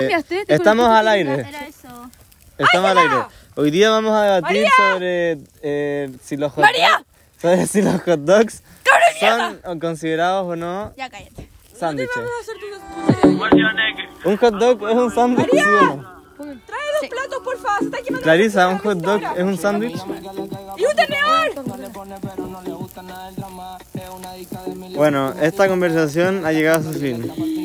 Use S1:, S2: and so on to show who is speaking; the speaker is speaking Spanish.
S1: Cambiaste, te
S2: Eh, Estamos
S1: colocaste
S2: al aire.
S3: Era eso.
S2: Estamos al aire. Hoy día vamos a debatir
S1: ¡María!
S2: sobre eh, si los hot
S1: ¡María!
S2: sobre si los hot dogs son o considerados o no
S3: Ya cállate.
S2: sándwiches.
S1: a hacer tus-
S2: Un hot dog es un sándwich, ¿sí o no?
S1: Trae los platos, por favor. Se está quemando.
S2: Clarisa, un hot dog es un sándwich.
S1: ¡Y un tenedor!
S4: Es una dica de mil
S2: Bueno, esta conversación ha llegado a su fin.